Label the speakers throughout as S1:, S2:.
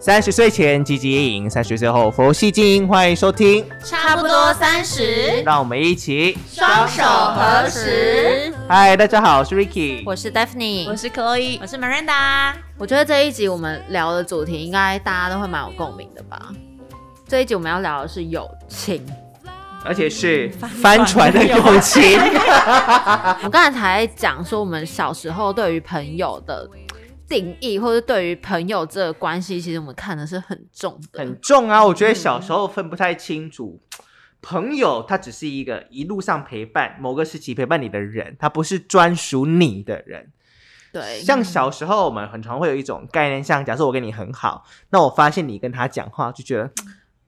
S1: 三十岁前积极意淫，三十岁后佛系经营。欢迎收听，
S2: 差不多三十，
S1: 让我们一起
S2: 双手合十。
S1: 嗨，大家好，我是 Ricky。
S3: 我是 Daphne，
S2: 我是 Chloe，我是 Miranda。
S3: 我觉得这一集我们聊的主题应该大家都会蛮有共鸣的吧。这一集我们要聊的是友情。
S1: 而且是帆船的友情，
S3: 我们刚才才讲说，我们小时候对于朋友的定义，或者对于朋友这个关系，其实我们看的是很重的。
S1: 很重啊！我觉得小时候分不太清楚，朋友他只是一个一路上陪伴某个时期陪伴你的人，他不是专属你的人。
S3: 对，
S1: 像小时候我们很常会有一种概念，像假设我跟你很好，那我发现你跟他讲话就觉得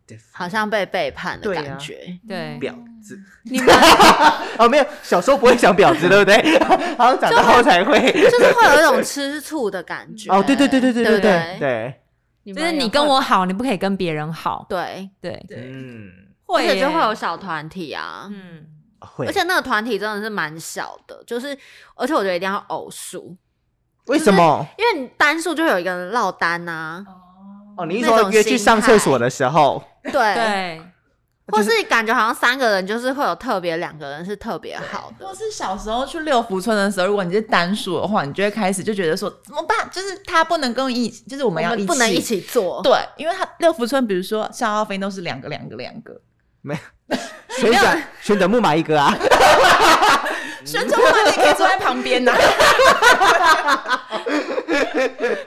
S1: 这
S3: 好像被背叛的
S1: 对啊
S3: 感觉。
S2: 对，
S1: 婊子。 哦，没有，小时候不会想婊子，对不对？ 好像长大后才会。
S3: 就是会有一种吃醋 的感觉。
S1: 哦，对对对对对
S3: 对
S1: 对
S3: 不
S1: 对
S3: 对，
S1: 对，
S3: 你
S2: 就
S3: 们
S2: 是
S3: 也
S2: 你
S3: 会
S2: 跟我好，你不可以跟别人好。
S3: 对，
S2: 对，
S1: 嗯，
S3: 而且
S2: 耶
S3: 就会有小团体啊，
S2: 嗯，
S1: 会
S3: 而。且那个团体真的是蛮小的，就是而且我觉得一定要偶数，
S1: 为什么？
S3: 因为你单数就会有一个人落单啊呐、
S1: 哦，你一
S3: 那
S1: 说
S3: 种
S1: 约去
S3: 心
S1: 上厕
S3: 态
S1: 所的时候，
S3: 对，
S2: 对，
S3: 或是感觉好像三个人就是会有特别两个人是特别好的
S4: 或，是小时候去六福村的时候，如果你是单数的话，你就会开始就觉得说怎么办？就是他不能跟我一起，就是我
S3: 我
S4: 们要一起，
S3: 不能一。起做。
S4: 对，因为他六福村，比如说笑傲飞都是两个两个两 个，
S1: 旋转旋转木马一哥啊，
S4: 旋转木马你可以坐在旁边呢、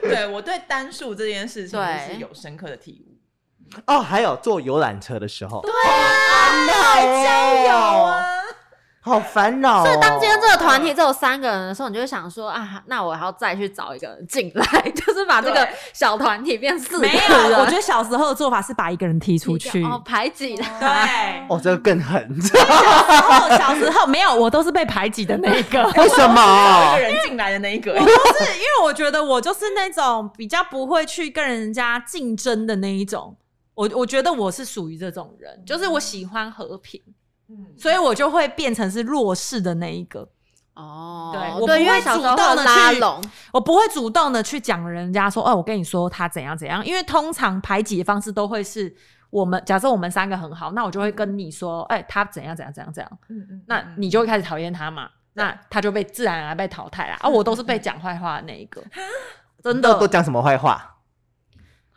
S4: 对我对单数这件事情
S3: 对
S4: 就是有深刻的体悟。
S1: 哦，还有坐游览车的时候，对
S4: 还交友啊，
S1: 好烦恼、哦。
S3: 所以当今天这个团体只有三个人的时候，你就会想说啊，那我还要再去找一个人进来， 就是把这个
S4: 对
S3: 小团体变四个
S2: 没
S3: 人。
S2: 有。我觉得小时候的做法是把一个人踢出去。
S3: 哦，排挤他。
S2: 对，
S1: 哦，这个更狠，
S2: 然后小时候没有，我都是被排挤的那一 个。
S1: 为什
S4: 找一个
S1: 么？
S4: 人进来的那一个、欸
S2: 不是因为我觉得我就是那种比较不会去跟人家竞争的那一种，我我觉得我是属于这种人，就是我喜欢和平，
S4: 嗯
S2: 所以我就会变成是弱势的那一个，
S3: 哦，
S2: 对我不
S3: 对，因为
S2: 会
S3: 小时候
S2: 主动地
S3: 拉
S2: 去
S3: 拢，
S2: 我不会主动的去讲人家说，哦，我跟你说他怎样怎样，因为通常排挤的方式都会是我们假设我们三个很好，那我就会跟你说，哎、他怎样怎样怎样怎样，
S4: 嗯嗯
S2: 那你就会开始讨厌他嘛，那他就被自然而然被淘汰啦，啊，我都是被讲坏话的那一个，真的
S1: 都都讲什么坏话？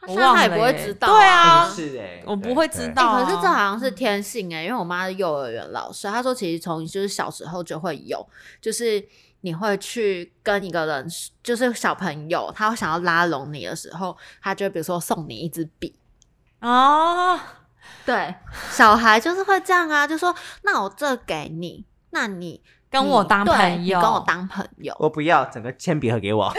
S3: 虽然他也不会知道、
S2: 对啊，
S1: 是哎
S2: 我不会知。道、
S3: 欸可是这好像是天性哎、因为我妈是幼儿园老师，她说其实从就是小时候就会有，就是你会去跟一个人，就是小朋友，他会想要拉拢你的时候，他就会比如说送你一支笔。
S2: 哦，
S3: 对，小孩就是会这样啊，就说那我这给你，那你
S2: 跟我当
S3: 你对
S2: 朋友哦
S3: 你跟我当朋友。
S1: 我不要，整个铅笔盒给 我。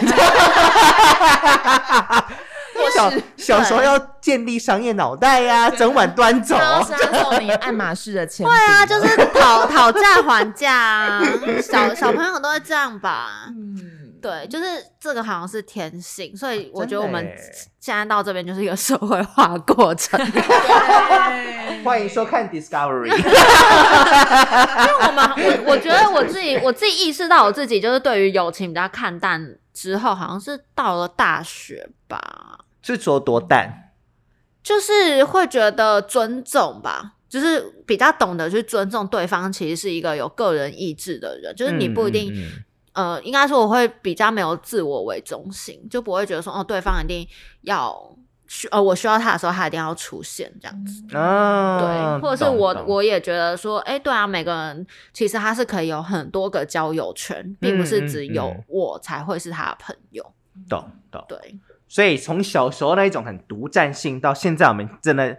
S1: 我小小时候要建立商业脑袋呀、整碗端走。
S4: 然后是他送你爱马仕的钱，对
S3: 对啊，就是讨讨价还价啊，小小朋友都会这样吧。
S4: 嗯，
S3: 对，就是这个好像是天性，所以我觉得我们
S1: 啊真的耶
S3: 现在到这边就是一个社会化 过程。
S1: 欢迎收看 Discovery。
S3: 我们我我觉得我自己我自己意识到我自己就是对于友情比较看淡之后，好像是到了大学吧，
S1: 是说多淡？
S3: 就是会觉得尊重吧。就是比较懂得去尊重对方，其实是一个有个人意志的人，就是你不一定
S1: 嗯嗯嗯
S3: 呃，应该说我会比较没有自我为中心，就不会觉得说哦，对方一定要需呃，我需要他的时候，他一定要出现这样子。
S1: 啊
S3: 嗯对，或者是
S1: 懂
S3: 我
S1: 懂
S3: 我也觉得说，哎、对啊，每个人其实他是可以有很多个交友圈，并不是只有
S1: 嗯
S3: 我才会是他的朋友。
S1: 懂懂。
S3: 对，
S1: 所以从小时候那一种很独占性，到现在我们真的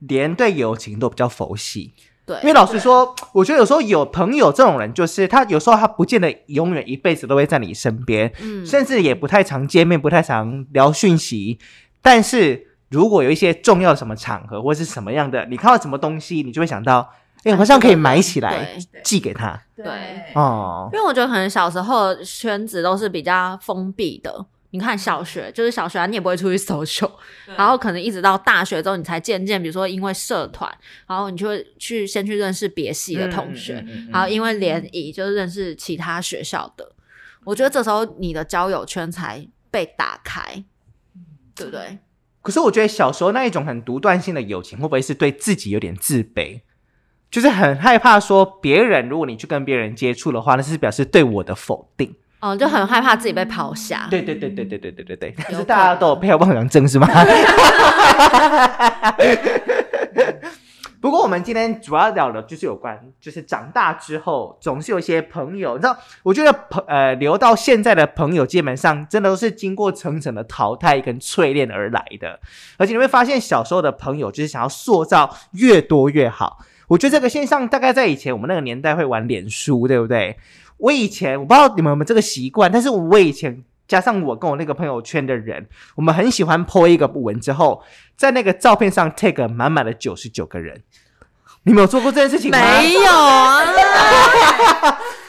S1: 连对友情都比较佛系。
S3: 对，
S1: 因为老实说，我觉得有时候有朋友这种人，就是他有时候他不见得永远一辈子都会在你身边，
S3: 嗯，
S1: 甚至也不太常见面，不太常聊讯息。但是如果有一些重要的什么场合或是什么样的，你看到什么东西，你就会想到，哎、我好像可以买起来
S3: 啊对
S1: 寄给他
S3: 对
S1: 哦。
S3: 因为我觉得可能小时候的圈子都是比较封闭的。你看小学就是小学、啊，你也不会出去 social，然后可能一直到大学之后，你才渐渐，比如说因为社团，然后你就会去先去认识别系的同学，
S1: 嗯，嗯嗯嗯嗯
S3: 然后因为联谊就是认识其他学校的。我觉得这时候你的交友圈才被打开，对不对？
S1: 可是我觉得小时候那一种很独断性的友情，会不会是对自己有点自卑？就是很害怕说别人，如果你去跟别人接触的话，那是表示对我的否定。
S3: 嗯，就很害怕自己被咆哮。
S1: 对对对对对对对对对，但
S3: 啊有
S1: 是大家都有配偶妄想症是吗？ 不过我们今天主要聊的就是有关，就是长大之后总是有一些朋友，你知道，我觉得朋呃留到现在的朋友，基本上真的都是经过层层的淘汰跟淬炼而来的。而且你会发现，小时候的朋友就是想要塑造越多越好。我觉得这个现象大概在以前我们那个年代会玩脸书，对不对？我以前我不知道你们有没有这个习惯，但是我以前加上我跟我那个朋友圈的人，我们很喜欢 po 一个文之后，在那个照片上 tag 满满的九十九个人。你们有做过这件事情吗？
S3: 没有啊，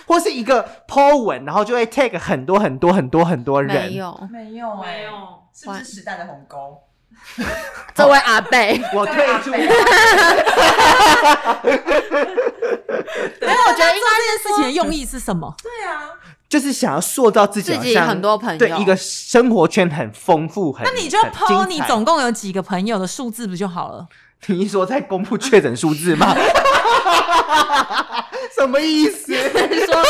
S1: 或是一个 po 文，然后就会 tag 很多很多很多很多人。
S3: 没有，
S4: 没有
S2: 没有，
S4: 是不是时代的鸿沟？
S3: 这位阿贝，
S1: 我退出。
S2: 没有，我觉得这件事情的用意是什么？
S4: 对啊，
S1: 就是想要塑造自己，
S3: 自己很多朋友
S1: 对一个生活圈很丰富，很
S2: 那你就
S1: 很精
S2: 抛你
S1: 彩
S2: 总共有几个朋友的数字不就好了？
S1: 你一说在公布确诊数字 吗？什么意思？
S3: 就说就说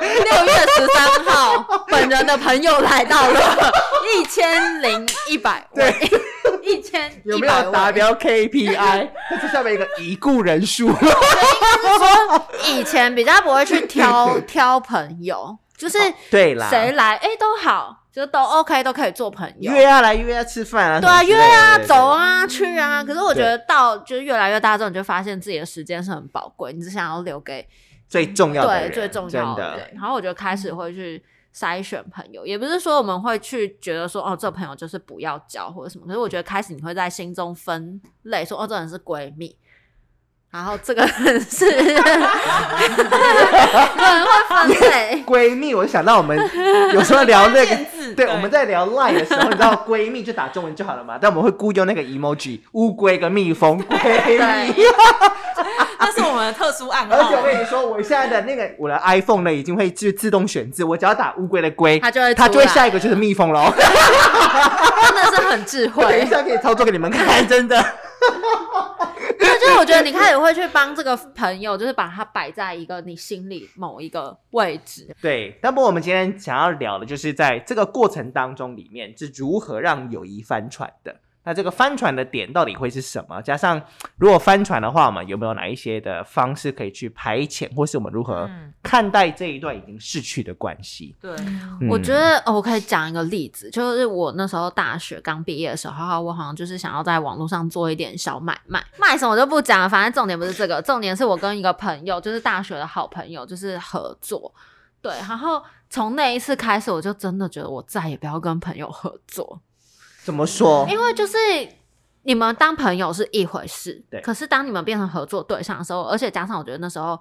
S3: 六月十三号，本人的朋友来到了一千零一百位，一千
S1: 有没有达？标 KPI？那 这上面一个已故人数，
S3: 以前比较不会 去挑挑朋友，就是
S1: 哦对啦，
S3: 谁来哎都好，就都 OK，都可以做朋友。
S1: 约啊来约啊吃饭啊，
S3: 对啊，
S1: 什么之
S3: 约
S1: 类的
S3: 啊，
S1: 对对对
S3: 走啊，去啊。可是我觉得到就是越来越大之后，你就发现自己的时间是很宝贵，你只想要留给
S1: 最重要的
S3: 对
S1: 人
S3: 最重
S1: 真
S3: 要
S1: 的嗯
S3: 人。然后我就开始会去筛选朋友，也不是说我们会去觉得说哦，这朋友就是不要交或者什么。可是我觉得开始你会在心中分类，说哦，这人是闺蜜。然后这个人 是， 可能会分类，
S1: 闺蜜，我就想到我们有时候聊 那个。
S2: 字
S1: 对，我们在聊 line 的时候，你知道闺蜜就打中文就好了嘛，但我们会雇佣那个 emoji 乌龟跟蜜蜂闺蜜
S3: 对。
S2: 那是我们的特殊 暗
S1: 而
S2: 号
S1: 且。我跟你说，我现在的那个我的 iPhone 呢，已经会自自动选字，我只要打乌龟的龟，
S3: 它就会
S1: 它就会
S3: 出来
S1: 下一个就是蜜蜂 喽。
S3: 真的是很智 慧。
S1: 等一下可以操作给你们看，真的。
S3: 对，就是我觉得你开始会去帮这个朋友，就是把他摆在一个你心里某一个位置。
S1: 对，那么我们今天想要聊的就是在这个过程当中里面是如何让友谊翻船的。那这个翻船的点到底会是什么？加上如果翻船的话，我们有没有哪一些的方式可以去排遣，或是我们如何
S2: 嗯
S1: 看待这一段已经逝去的关系？
S2: 对，
S3: 我觉
S1: 得
S3: 得、哦我可以讲一个例子，就是我那时候大学刚毕业的时候，我好像就是想要在网络上做一点小买卖，卖什么我就不讲了，反正重点不是这个，重点是我跟一个朋友，就是大学的好朋友，就是合作。对，然后从那一次开始，我就真的觉得我再也不要跟朋友合作，
S1: 怎么说？
S3: 因为就是你们当朋友是一回事
S1: 对，
S3: 可是当你们变成合作对象的时候，而且加上我觉得那时候。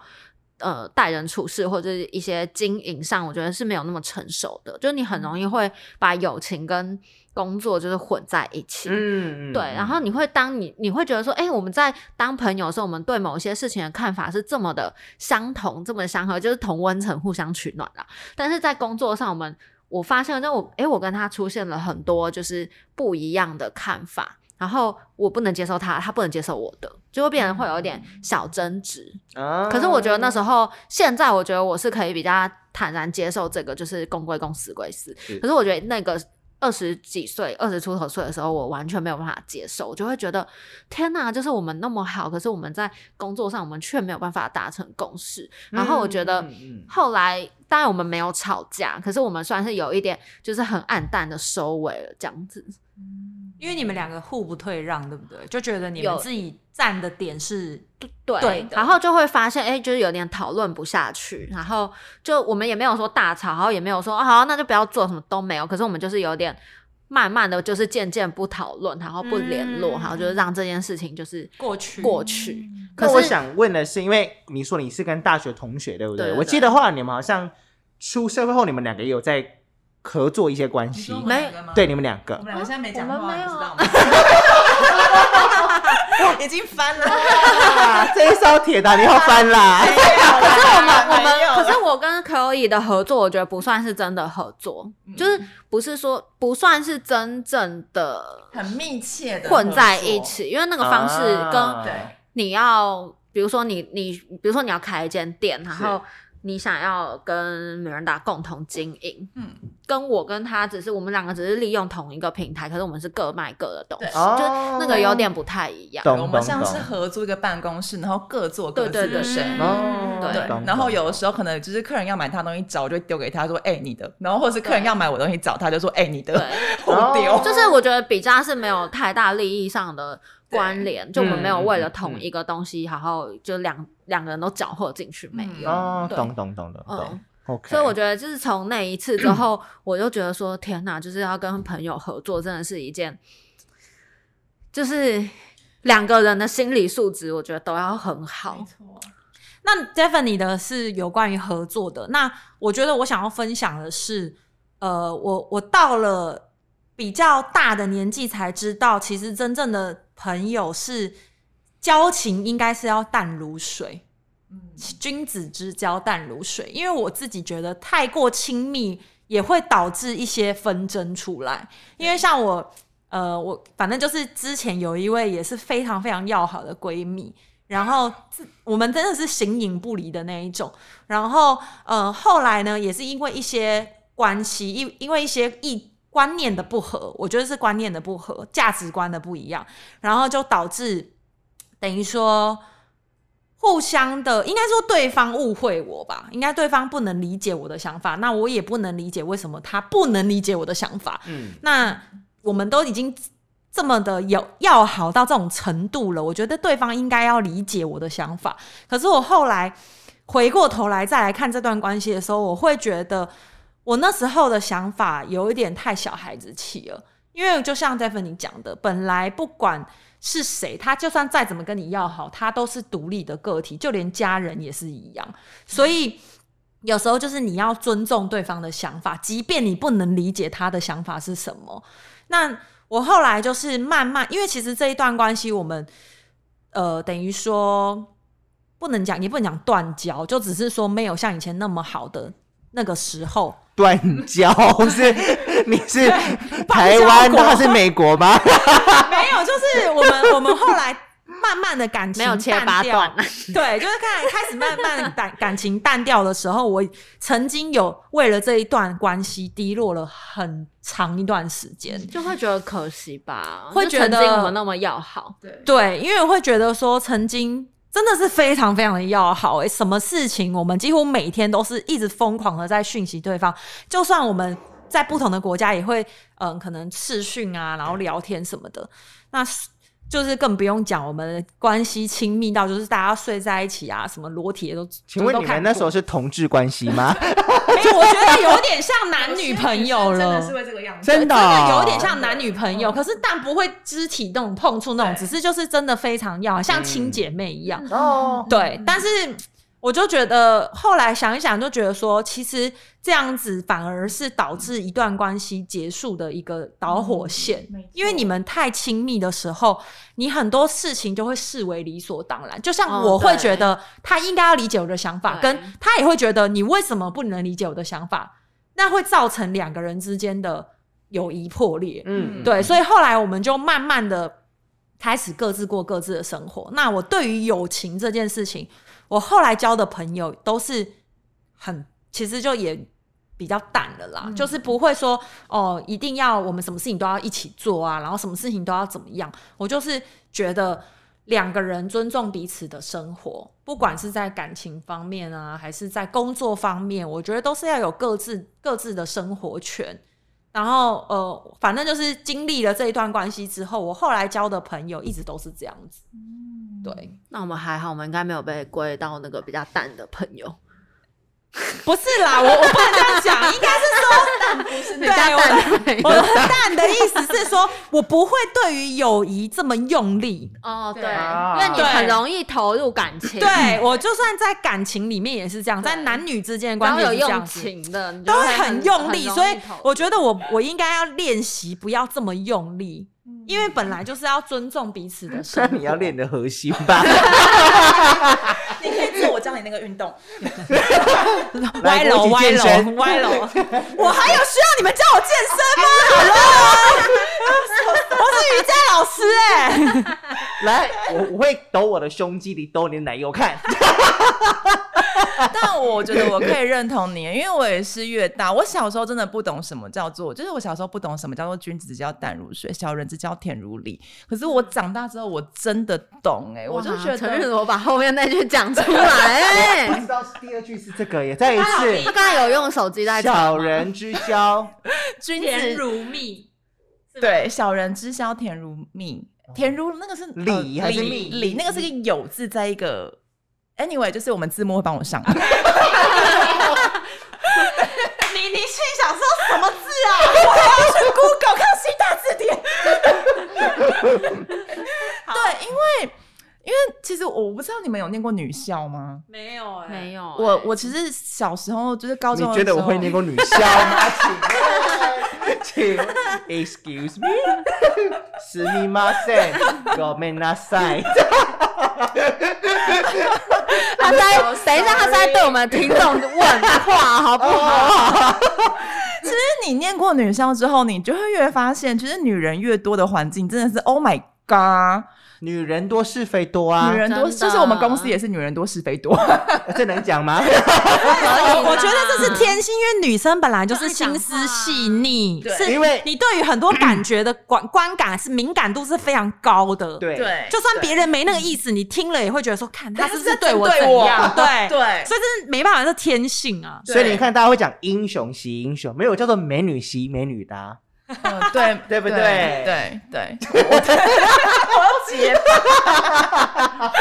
S3: 呃，待人处事或者是一些经营上，我觉得是没有那么成熟的，就是你很容易会把友情跟工作就是混在一起。
S1: 嗯，
S3: 对，然后你会当你你会觉得说，哎、我们在当朋友的时候，我们对某些事情的看法是这么的相同，这么相合，就是同温层互相取暖啦。但是在工作上，我们我发现，就我哎、我跟他出现了很多就是不一样的看法，然后我不能接受他，他不能接受我的，就会变成会有一点
S1: 嗯
S3: 小争执。
S1: 啊
S3: 可是我觉得那时候，现在我觉得我是可以比较坦然接受这个，就是公归公，私归私
S1: 是。
S3: 可是我觉得那个二十几岁、二十出头岁的时候，我完全没有办法接受，我就会觉得天哪，就是我们那么好，可是我们在工作上我们却没有办法达成共识。然后我觉得
S1: 嗯嗯嗯
S3: 后来。当然，我们没有吵架，可是我们算是有一点，就是很暗淡的收尾了，这样子。
S2: 因为你们两个互不退让，对不对？就觉得你们
S3: 有
S2: 自己站的点是
S3: 对，
S2: 对的
S3: 然后就会发现，哎、就是有点讨论不下去，然后就我们也没有说大吵，然后也没有说、啊好，那就不要做什么都没有，可是我们就是有点慢慢的就是渐渐不讨论，然后不联络，
S2: 嗯
S3: 然后就是让这件事情就是
S2: 过去
S3: 过去。可
S1: 可我
S3: 是
S1: 想问的是，因为你说你是跟大学同学，对不对？
S3: 对对对
S1: 我记得后来你们好像出社会后，你们两个也有在合作一些关
S4: 你
S1: 系
S4: 说我。们
S3: 没
S4: 两个吗
S1: 对，你们两个
S4: 我们，两个现在没讲
S3: 我们
S4: 话，
S3: 没
S4: 你
S3: 有啊
S4: 知道吗？ 已经翻了，
S1: 哇这一艘铁达尼号翻啦！
S3: 哎可是我们我们
S4: 没有了
S3: 可是我跟 Chloe 的合作，我觉得不算是真的合作，就是不是说不算是真正的
S4: 很密切的
S3: 混在一，起，因为那个方式跟
S1: 啊
S4: 对，
S3: 你要，比如说你你，比如说你要开一间店，然后你想要跟美人达共同经营，
S4: 嗯，
S3: 跟我跟他只是我们两个只是利用同一个平台，可是我们是各卖各的东西，
S4: 对哦
S3: 就
S1: 哦
S3: 那个有点不太一样。
S1: 懂
S4: 我
S1: 懂懂。
S4: 们像是合租一个办公室，然后各做各
S3: 对
S4: 自
S3: 对
S4: 的
S3: 对
S4: 生意。
S1: 哦
S3: 对
S4: 对
S1: 懂，
S4: 然后
S1: 懂
S4: 有的时候可能就是客人要买他的东西找，我就会丢给他说：“哎、你的。”然后或者是客人要买我的东西找，他就说：“哎、你的。
S3: 对，”
S4: 我丢，
S1: 哦
S3: 就是我觉得比较是没有太大利益上的关联，就我们
S4: 嗯
S3: 没有为了同一个东西，然后就两两个人都搅和进去，
S4: 嗯
S3: 没有。
S1: 哦，
S3: 对
S1: 懂懂懂懂懂
S3: 嗯。
S1: OK，
S3: 所以我觉得，就是从那一次之后，我就觉得说，天哪，就是要跟朋友合作，真的是一件，就是两个人的心理素质，我觉得都要很好。
S4: 错，
S2: 那 Stephanie 的是有关于合作的。那我觉得我想要分享的是，呃，我我到了比较大的年纪才知道，其实真正的朋友是交情应该是要淡如水。
S4: 嗯，
S2: 君子之交淡如水，因为我自己觉得太过亲密也会导致一些纷争出来。因为像我，呃，我反正就是之前有一位也是非常非常要好的闺蜜，然后自我们真的是形影不离的那一种。然后，呃，后来呢，也是因为一些关系，因因为一些意观念的不合，我觉得是观念的不合，价值观的不一样，然后就导致等于说。互相的，应该说对方误会我吧，应该对方不能理解我的想法，那我也不能理解为什么他不能理解我的想法。
S1: 嗯，
S2: 那我们都已经这么的有要好到这种程度了，我觉得对方应该要理解我的想法。可是我后来回过头来再来看这段关系的时候，我会觉得我那时候的想法有一点太小孩子气了。因为就像 Stephanie 讲的，本来不管是谁，他就算再怎么跟你要好，他都是独立的个体，就连家人也是一样。所以有时候就是你要尊重对方的想法，即便你不能理解他的想法是什么。那我后来就是慢慢，因为其实这一段关系，我们呃等于说不能讲，也不能讲断交，就只是说没有像以前那么好的那个时候。
S1: 断交 是你是
S2: 邦
S1: 台
S2: 交
S1: 湾，
S2: 国
S1: 他是美国 吗？
S2: 没有，就是我们我们后来慢慢的感情
S3: 没有切
S2: 淡
S3: 八
S2: 掉
S3: 段，
S2: 对，就是看开始慢慢地感感情淡掉的时候，我曾经有为了这一段关系低落了很长一段时间。
S3: 就会觉得可惜 吧，
S2: 会
S3: 就
S2: 觉得
S3: 曾经我们那么要好，
S4: 对，
S2: 对，因为我会觉得说，曾经真的是非常非常的要好、欸，什么事情我们几乎每天都是一直疯狂的在讯息对方，就算我们在不同的国家也会，嗯，可能视讯啊，然后聊天什么的，那是就是更不用讲，我们的关系亲密到就是大家睡在一起啊，什么裸体也都，
S1: 请问你们那时候
S2: 是？
S1: 是同志关系吗？
S2: 没有，我觉得有点像男女朋友了，
S4: 真的是会这个样子，
S1: 真的哦
S2: 真的有点像男女朋友，
S4: 嗯
S2: 可是但不会肢体那种碰触那种，
S4: 对嗯
S2: 只是就是真的非常要，像亲姐妹一样。
S1: 哦，
S2: 对，但是我就觉得后来想一想，就觉得说，其实这样子反而是导致一段关系结束的一个导火线
S4: 嗯没错，
S2: 因为你们太亲密的时候，你很多事情就会视为理所当然。就像
S3: 哦
S2: 我会
S3: 对
S2: 觉得他应该要理解我的想法，
S3: 对
S2: 跟他也会觉得你为什么不能理解我的想法，那会造成两个人之间的友谊破裂。
S1: 嗯，
S2: 对，所以后来我们就慢慢的开始各自过各自的生活。那我对于友情这件事情，我后来交的朋友都是很，其实就也比较淡了啦，
S4: 嗯
S2: 就是不会说哦，一定要我们什么事情都要一起做啊，然后什么事情都要怎么样。我就是觉得。两个人尊重彼此的生活，不管是在感情方面啊，还是在工作方面，我觉得都是要有各自各自的生活圈。然后呃，反正就是经历了这一段关系之后，我后来交的朋友一直都是这样子。对，
S3: 嗯那我们还好，我们应该没有被归到那个比较淡的朋友。
S2: 不是啦，我我不能这样讲，应该 是说
S4: 不是
S2: 对
S4: 你
S3: 家
S2: 我
S3: 蛋
S2: 的我的蛋的意思是说，我不会对于友谊这么用力。
S3: 哦，对，
S4: 对
S1: 啊
S3: 因为你很
S2: 对
S3: 容易投入感情，
S2: 对我就算在感情里面也是这样，
S3: 对
S2: 在男女之间的
S3: 然
S2: 关
S3: 后
S2: 系也
S3: 有
S2: 是这
S3: 用
S2: 样子，
S3: 情的，你就
S2: 都会
S3: 会
S2: 很用力，
S3: 很
S2: 所以
S3: 容易投
S2: 我觉得我我应该要练习不要这么用力，
S3: 嗯
S2: 因为本来就是要尊重彼此的 生
S1: 那
S2: 活。
S1: 你要练你的核心吧，
S4: 你可以做我教你那个运动，
S2: 歪楼
S1: 国
S2: 歪
S1: 际健
S2: 楼
S1: 身
S2: 歪楼， 我还有需要你们教我健身吗？ 好了，我是瑜伽老师 哎、
S1: 来，我我会抖我的胸肌，你抖你的奶油看。
S4: 但我觉得我可以认同你，因为我也是越大，我小时候真的不懂什么叫做，就是我小时候不懂什么叫做君子之交淡如水，小人之交甜如醴。可是我长大之后，我真的懂哎、我就觉
S3: 陈玉
S4: 得。
S3: 罗把后面那句讲出 来、哎
S1: 不知道是第二句是这个耶，再一次
S3: 他，刚才有用手机在查
S1: 小
S3: 吗
S1: 人之交，
S4: 君
S2: 甜
S4: 子
S2: 如蜜，
S4: 对小人之交甜如蜜，甜如那个是
S1: 醴还是蜜
S4: 李那个是一个有字在一个，anyway 就是我们字幕会帮我上。
S2: 你你心想说什么字啊？
S4: Google 看新大字典。对，因为因为其实我不知道你们有念过女校吗？
S2: 没有哎、
S3: 没有、
S4: 我我其实小时候就是高中
S1: 你
S4: 的
S1: 觉得我
S4: 时候
S1: 会念过女校吗？ 请问，请，excuse me，すみません，ごめんなさい。
S3: 他在等一下，他是在对我们听众问话，好不好？
S4: 其实你念过女校之后，你就会越发现，其实女人越多的环境真的是 Oh my God，、
S1: 女人多是非多啊
S4: 女，人多，
S3: 真的
S4: 就是我们公司也是女人多是非多。
S1: 这能讲吗？
S3: 可以
S2: 呃我
S3: 啦
S2: 我觉得这是天性，因为女生本来就是心思细腻，
S4: 对
S2: 是
S1: 因为
S2: 你对于很多感觉的观观感是敏感度是非常高的。，
S1: 对，
S2: 就算别人没那个意思，你听了也会觉得说，看他是不是对我
S4: 对
S2: 怎
S4: 我
S2: 样？对
S4: 对
S2: 所以这是没办法，这天性啊。
S1: 所以你看，大家会讲英雄惜英雄，没有叫做美女惜美女的啊。
S4: 嗯对
S1: 对不对
S4: 对对，我我要 结巴。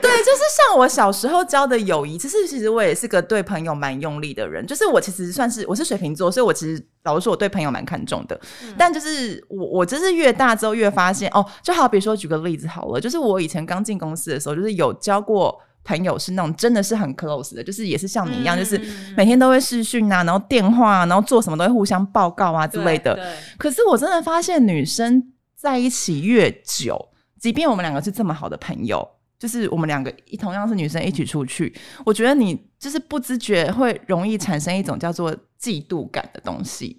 S4: 对，就是像我小时候交的友谊，其实其实我也是个对朋友蛮用力的人。就是我其实算是我是水瓶座，所以我其实老实说我对朋友蛮看重的。但就是我我就是越大之后越发现哦，就好比说举个例子好了，就是我以前刚进公司的时候，就是有交过。朋友是那种真的是很 close 的，就是也是像你一样，
S2: 嗯
S4: 就是每天都会视讯啊，然后电话、啊，然后做什么都会互相报告啊之类的。可是我真的发现，女生在一起越久，即便我们两个是这么好的朋友，就是我们两个一同样是女生一起出去，我觉得你就是不知觉会容易产生一种叫做嫉妒感的东西。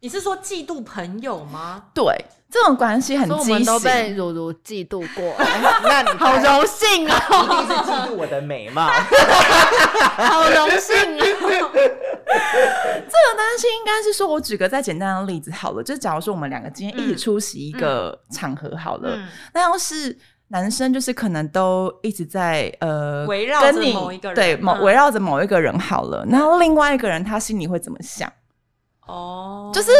S2: 你是说嫉妒朋友吗？
S4: 对，这种关系很
S3: 所以我
S4: 畸
S3: 们都
S4: 形。
S3: 被如如嫉妒过，
S1: 那你
S3: 好荣幸哦，
S1: 一定是嫉妒我的美貌。
S3: 好荣幸
S4: 啊这
S3: 哦。
S4: 个担心应该是说，我举个再简单的例子好了，就是假如说我们两个今天一起出席一个场合好了，
S3: 嗯
S4: 那要是男生就是可能都一直在呃
S2: 围绕着
S4: 跟你
S2: 某一个人
S4: 对某
S2: 嗯
S4: 围绕着某一个人好了，然后另外一个人他心里会怎么想？
S2: 哦，
S4: 就是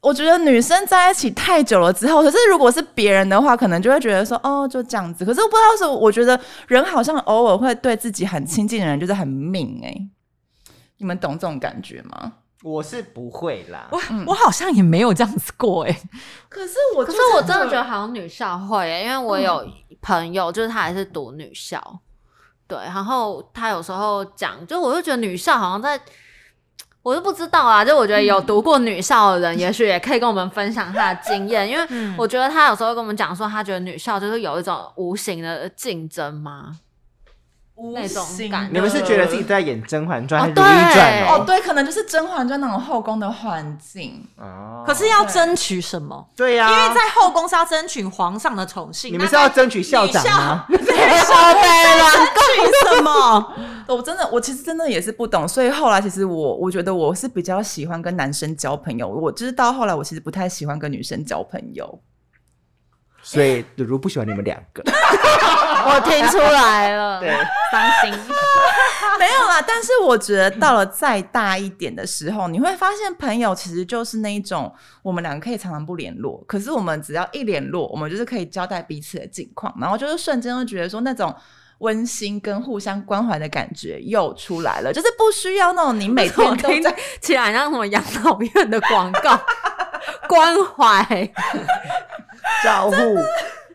S4: 我觉得女生在一起太久了之后，可是如果是别人的话，可能就会觉得说哦就这样子。可是我不知道为什么，我觉得人好像偶尔会对自己很亲近的人就是很命哎、你们懂这种感觉吗？
S1: 我是不会啦，
S2: 我我好像也没有这样子过哎。
S4: 可是我
S3: 可是我真的嗯觉得好像女校会欸耶，因为我有朋友，就是她也是读女校，对，然后她有时候讲，就我就觉得女校好像在，我就不知道啊，就我觉得有读过女校的人，也许也可以跟我们分享她的经验，因为
S2: 嗯
S3: 我觉得她有时候跟我们讲说，她觉得女校就是有一种无形的竞争嘛，那种感觉
S1: 你们是觉得自己在演《甄嬛传》还是《
S3: 哦
S1: 如懿传》
S4: 哦，
S1: 哦？
S4: 对，可能就是《甄嬛传》那种后宫的环境，
S1: 哦
S2: 可是要争取什么？
S1: 对呀、
S2: 因为在后宫是要争取皇上的宠幸，
S1: 你们
S2: 那
S1: 是要争取校长吗？
S2: 对了，争取 什么？
S4: 我真的，我其实真的也是不懂，所以后来其实我，我觉得我是比较喜欢跟男生交朋友，我就是到后来我其实不太喜欢跟女生交朋 友。
S1: 所以如如不喜欢你们两个，
S3: 我听出来了，
S1: 对，
S3: 伤心，
S4: 没有啦，但是我觉得到了再大一点的时候，你会发现朋友其实就是那一种，我们两个可以常常不联络，可是我们只要一联络，我们就是可以交代彼此的近况，然后就是瞬间就觉得说那种。温馨跟互相关怀的感觉又出来了，就是不需要那种你每天
S3: 我
S4: 都
S3: 听
S4: 在
S3: 起来像什么养老院的广 告，关怀。
S1: 照护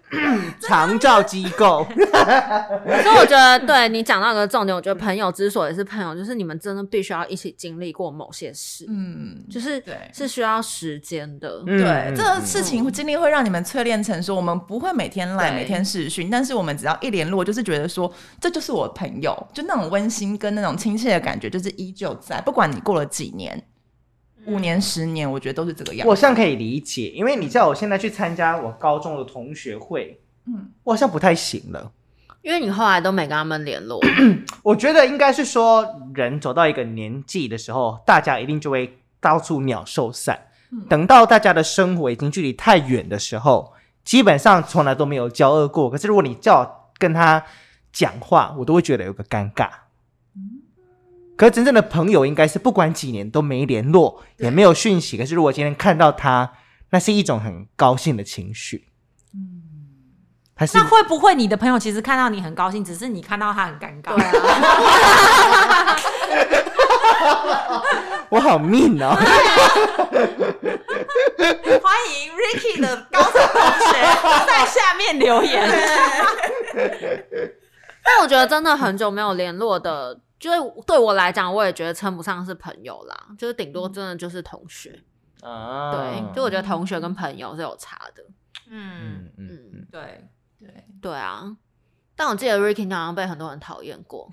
S1: 长照机构，
S3: 所以我觉得，对你讲到一个重点，我觉得朋友之所以是朋友，就是你们真的必须要一起经历过某些事，
S4: 嗯，
S3: 就是
S4: 对
S3: 是需要时间的。
S1: 嗯
S4: 对，这个事
S3: 嗯
S4: 情经历会让你们淬炼成说，我们不会每天来
S3: 对
S4: 每天视讯，但是我们只要一联络，就是觉得说这就是我朋友，就那种温馨跟那种亲切的感觉，就是依旧在，不管你过了几年，五年、十年，我觉得都是这个样
S1: 我好
S4: 子。
S1: 像可以理解，因为你叫我现在去参加我高中的同学会，
S4: 嗯，
S1: 我好像不太行了。
S3: 因为你后来都没跟他们联络，
S1: 我觉得应该是说，人走到一个年纪的时候，大家一定就会到处鸟兽散。
S3: 嗯
S1: 等到大家的生活已经距离太远的时候，基本上从来都没有交恶过。可是如果你叫我跟他讲话，我都会觉得有个尴尬。
S3: 嗯
S1: 可是真正的朋友应该是不管几年都没联络，也没有讯息。可是如果今天看到他，那是一种很高兴的情绪。嗯，还是
S2: 那会不会你的朋友其实看到你很高兴，只是你看到他很尴尬？
S3: 啊
S1: 我好命 哦。
S2: 欢迎 Ricky 的高中同学 在下面留言。
S3: 但我觉得真的很久没有联络的，就是对我来讲，我也觉得称不上是朋友啦，就是顶多真的就是同学。
S1: 啊
S3: 对，就我觉得同学跟朋友是有差的。
S2: 嗯，
S1: 嗯
S3: 嗯，
S2: 对，
S4: 对，
S3: 对啊。但我记得 Ricky 好像被很多人讨厌过，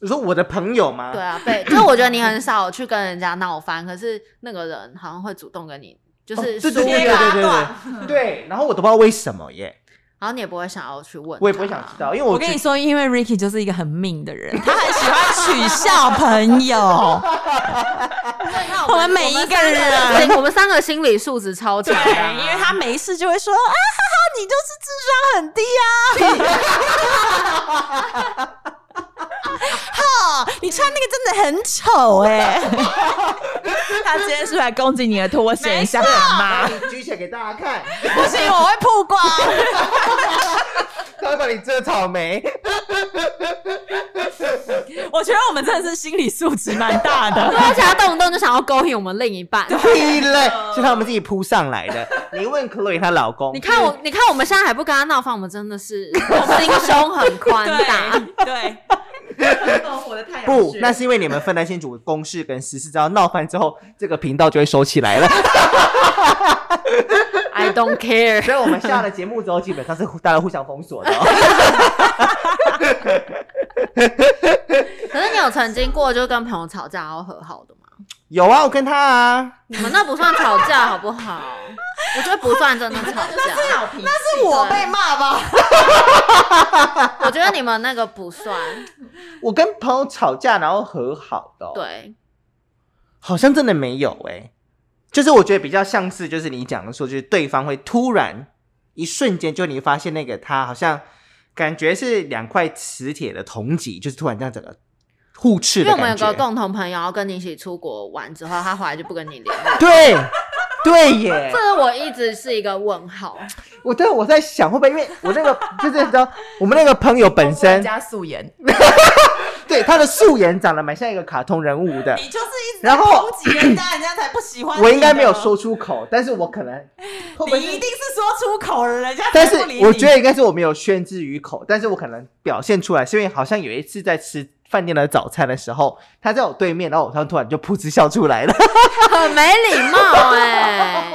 S1: 你说我的朋友吗？
S3: 对啊，被就是我觉得你很少去跟人家闹翻，可是那个人好像会主动跟你就
S1: 哦，
S3: 是
S1: 对
S3: 说、
S1: 对对对对对对对，然后我都不知道为什么耶，
S3: 然后你也不会想要去问，
S1: 我也不会想知。
S3: 啊
S1: 道，因为
S2: 我
S1: 我
S2: 跟
S1: 觉
S2: 你说，因为 Ricky 就是一个很命的人，他很喜欢取笑朋 友。我们每一个 人，
S3: 对，我们三个心理素质超强的啊、
S2: 因为他没事就会说啊，哈哈，你就是智商很低 啊。哈，你穿那个真的很丑 哎、
S4: 他今天是来攻击你的拖鞋，你想干
S3: 啊
S4: 嘛？
S1: 你举起来给大家看，
S2: 不行，我会曝光。
S1: 他会把你遮草莓。
S2: 我觉得我们真的是心理素质蛮大的
S3: 对，。 而且他动不动就想要勾引我们另一半。
S1: 屁嘞， 是他们自己扑上来的。你问 Chloe 她老公，
S3: 你看我，你看我们现在还不跟他闹翻，我们真的 是心胸很宽大。
S2: 对对，
S4: 我的太阳
S1: 不，那是因为你们分担清楚公事跟私事，只要闹翻之后，这个频道就会收起 来了。
S3: I don't care。
S1: 所以我们下了节目之后，基本上是大家互相封锁的哦、
S3: 可是你有曾经过就跟朋友吵架然后和好的吗？
S1: 有啊，我跟他啊，
S3: 你们那不算吵架，好不好？我觉得不算真的吵架。
S4: 好平，那
S2: 是我被骂吧？
S3: 我觉得你们那个不算。
S1: 我跟朋友吵架然后和好的哦、
S3: 对，
S1: 好像真的没有哎、就是我觉得比较像是就是你讲的说，就是对方会突然一瞬间就你发现那个他好像感觉是两块磁铁的同级，就是突然这样整个互斥
S3: 因为
S1: 的
S3: 我们有
S1: 感
S3: 个
S1: 觉。
S3: 共同朋友要跟你一起出国玩之后，他后来就不跟你联络。
S1: 对对耶
S3: 这，个我一直是一个问号。
S1: 我对我在想会不会因为我那个就是你知道我们那个朋友本身
S4: 加素颜，
S1: 对他的素颜长得蛮像一个卡通人物的，
S2: 你就是一直在
S1: 然后
S2: 抨击人家，人家才不喜欢你的。
S1: 我应该没有说出口，但是我可能会不会
S2: 你
S1: 是
S2: 一定是说出口了，人家
S1: 但
S2: 才
S1: 是
S2: 不理你
S1: 我觉得应该是我没有宣之于口，但是我可能表现出来，是因为好像有一次在吃饭店的早餐的时候，他在我对面，然后我他突然就噗嗤笑出来了。
S3: 很没礼貌哎、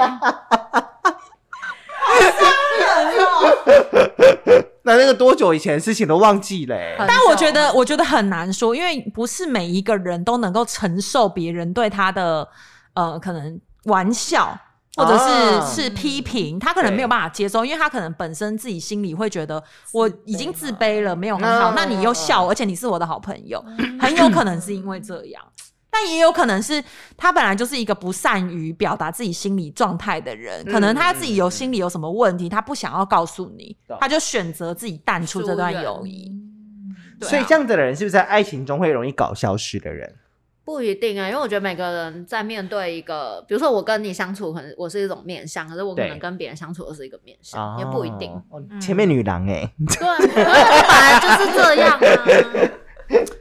S1: 那那个多久以前的事情都忘记了、欸
S3: 很
S2: 但我觉
S3: 少
S2: 得，我觉得很难说，因为不是每一个人都能够承受别人对他的呃，可能玩笑或者
S1: 啊
S2: 是
S3: 嗯
S2: 是批评，他可能没有办法接受，因为他可能本身自己心里会觉得我已经自卑了，没有很好，
S1: 嗯
S2: 那你又笑我，而且你是我的好朋友，
S3: 嗯
S2: 很有可能是因为这样。但也有可能是他本来就是一个不善于表达自己心理状态的人，可能他自己有心里有什么问题，他不想要告诉你
S1: 懂，
S2: 他就选择自己淡出这段
S3: 疏远
S2: 友谊。对啊
S1: 所以这样的人是不是在爱情中会容易搞消失的人？
S3: 不一定啊，因为我觉得每个人在面对一个，比如说我跟你相处，可能我是一种面相，可是我可
S1: 对
S3: 能跟别人相处的是一个面相，也不一定。嗯
S1: 哦。前面女郎哎、
S3: 对，本来就是这样啊。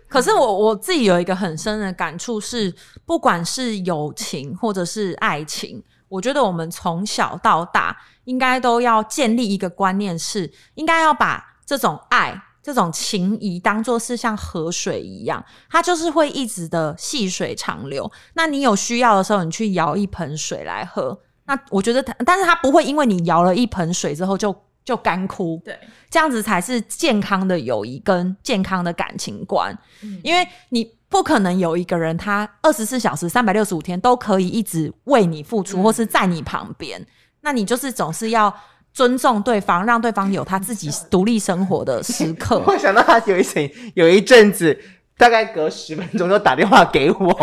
S2: 可是我我自己有一个很深的感触是，不管是友情或者是爱情，我觉得我们从小到大应该都要建立一个观念是，应该要把这种爱、这种情谊当做是像河水一样，它就是会一直的细水长流。那你有需要的时候，你去舀一盆水来喝。那我觉得它，但是它不会因为你舀了一盆水之后就就干枯，
S4: 对，
S2: 这样子才是健康的友谊跟健康的感情观。
S3: 嗯
S2: 因为你不可能有一个人他二十四小时、三百六十五天都可以一直为你付
S3: 嗯
S2: 出，或是在你旁边，那你就是总是要尊重对方，让对方有他自己
S3: 嗯
S2: 独立生活的时 刻。
S1: 我想到他有一阵有一阵子，大概隔十分钟就打电话给 我，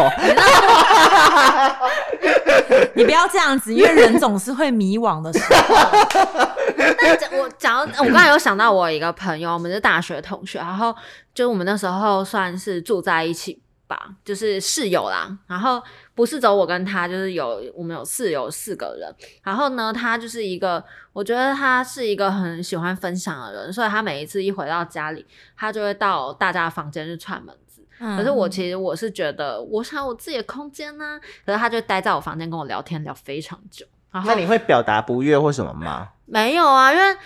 S2: 你不要这样子，因为人总是会迷惘的时候。
S3: 但是我讲到，我刚才有想到我一个朋友，我们是大学同学，然后就是我们那时候算是住在一起吧，就是室友啦。然后不是走我跟他，就是有我们有室友四个人。然后呢，他就是一个，我觉得他是一个很喜欢分享的人，所以他每一次一回到家里，他就会到大家的房间去串门子。可是我其实我是觉得，我想有我自己的空间呢、可是他就待在我房间跟我聊天聊非常久。然后
S1: 那你会表达不悦或什么吗？
S3: 没有啊，因为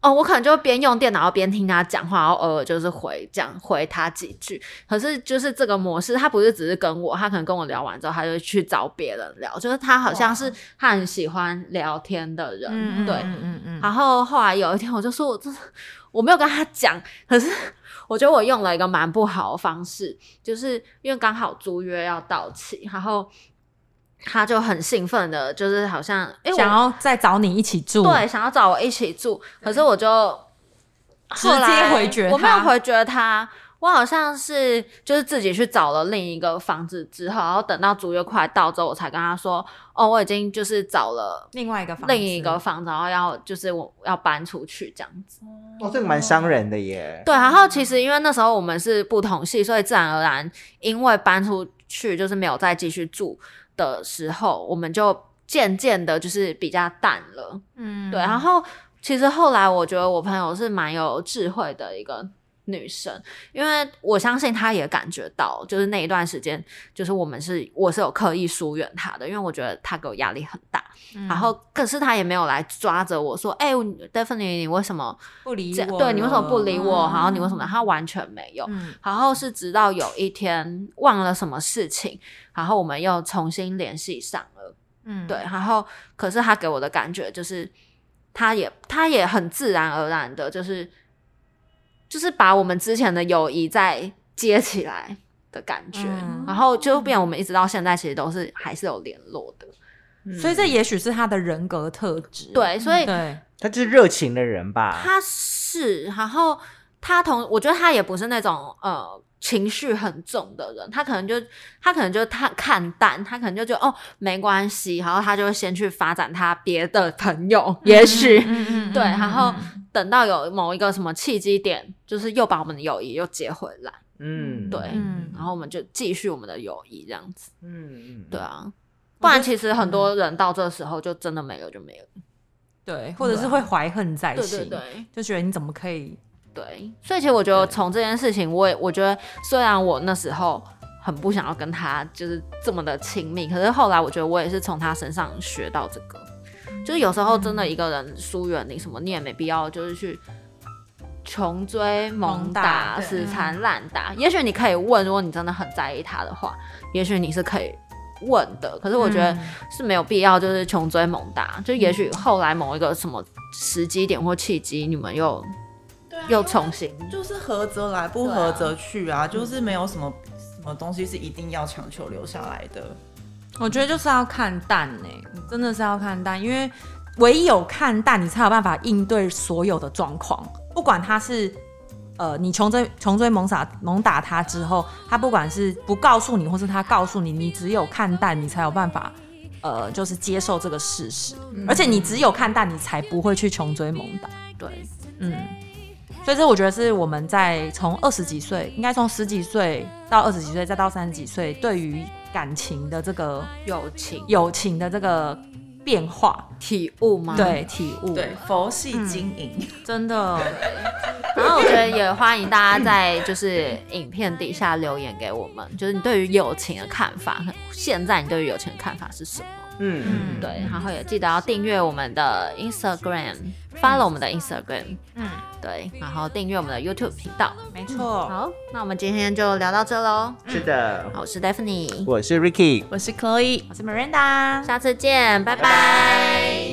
S3: 哦，我可能就边用电脑边听他讲话，然后偶尔就是回这样回他几句。可是就是这个模式，他不是只是跟我，他可能跟我聊完之后，他就去找别人聊，就是他好像是他很喜欢聊天的人，对。
S2: 哦嗯嗯
S3: 然后后来有一天，我就说我真的我没有跟他讲，可是我觉得我用了一个蛮不好的方式，就是因为刚好租约要到期，然后他就很兴奋的，就是好像 哎、我
S2: 想要再找你一起住，
S3: 对，想要找我一起住，可是我就
S2: 直
S3: 后来
S2: 接回绝
S3: 我没有
S2: 他
S3: 回绝他。我好像是就是自己去找了另一个房子之后，然后等到租约快到之后，我才跟他说，哦，我已经就是找了
S2: 另外一个房子
S3: 另一个房子，然后要就是我要搬出去这样子。
S1: 哦，这个
S3: 嗯
S1: 蛮伤人的耶。
S3: 对，然后其实因为那时候我们是不同系，所以自然而然因为搬出去就是没有再继续住的时候，我们就渐渐的就是比较淡了。
S2: 嗯
S3: 对，然后其实后来我觉得我朋友是蛮有智慧的一个女生，因为我相信她也感觉到，就是那一段时间，就是我们是我是有刻意疏远她的，因为我觉得她给我压力很大。
S2: 嗯
S3: 然后可是她也没有来抓着我说，哎、d e f i n e 你为什么
S2: 不理
S3: 这
S2: 我，
S3: 对你为什么不理我？然后你为什么？
S2: 嗯？
S3: 她完全没有。
S2: 嗯
S3: 然后是直到有一天忘了什么事情，然后我们又重新联系上了。
S2: 嗯
S3: 对，，然后可是他给我的感觉就是，他也他也很自然而然的，就是就是把我们之前的友谊再接起来的感觉，
S2: 嗯
S3: 然后就变我们一直到现在其实都是还是有联络的，
S2: 所以这也许是他的人格特质。
S3: 嗯对，所以
S2: 嗯对，
S1: 他就是热情的人吧？
S3: 他是，然后他同我觉得他也不是那种呃。情绪很重的人，他可能就他可能就他看淡，他可能就觉得哦没关系，然后他就先去发展他别的朋 友，也许、
S2: 嗯
S3: 对，然后等到有某一个什么契机点，就是又把我们的友谊又接回来，
S1: 嗯，
S3: 对
S2: 嗯
S3: 然后我们就继续我们的友谊这样子，
S1: 嗯嗯，
S3: 对啊，不然其实很
S2: 嗯
S3: 多人到这时候就真的没有就没有，
S2: 对，或者是会怀恨在
S3: 对
S2: 心，
S3: 对对
S2: 就觉得你怎么可以？
S3: 对，所以其实我觉得从这件事情，我也我觉得虽然我那时候很不想要跟他就是这么的亲密，可是后来我觉得我也是从他身上学到这个，就是有时候真的一个人疏远你什么，你也没必要就是去穷追猛
S2: 猛
S3: 打、
S2: 打对
S3: 死缠烂打。也许你可以问，如果你真的很在意他的话，也许你是可以问的。可是我觉
S2: 嗯
S3: 得是没有必要，就是穷追猛打。就也许后来某一个什么时机点或契机，你们又又重新。
S4: 啊就是合则来，不合则去啊，就是没有什么什么东西是一定要强求留下来的。
S2: 我觉得就是要看淡呢、真的是要看淡，因为唯有看淡，你才有办法应对所有的状况，不管他是。呃，你穷追穷追猛打猛打他之后，他不管是不告诉你，或是他告诉你，你只有看淡，你才有办法，呃，就是接受这个
S3: 嗯
S2: 事实。而且你只有看淡，你才不会去穷追猛打。
S3: 对，
S2: 嗯，所以这我觉得是我们在从二十几岁，应该从十几岁到二十几岁，再到三十几岁，对于感情的这个
S3: 友情
S2: 友情的这个变化，
S3: 体悟吗？
S2: 对体悟，
S4: 对，佛系经营，
S2: 真的，
S3: 然后我觉得也欢迎大家在就是影片底下留言给我们，就是你对于友情的看法，现在你对于友情的看法是什么？
S1: 嗯，
S2: 嗯，
S3: 对，然后也记得要订阅我们的嗯 Instagram，follow 我们的 Instagram，
S2: 嗯，
S3: 对，然后订阅我们的 YouTube 频道。
S2: 没错，
S3: 好，那我们今天就聊到这喽。
S1: 是的，
S3: 好，我是 Daphne，
S1: 我是 Ricky，
S4: 我是 Chloe。
S2: 我是 Miranda，
S3: 下次见，拜拜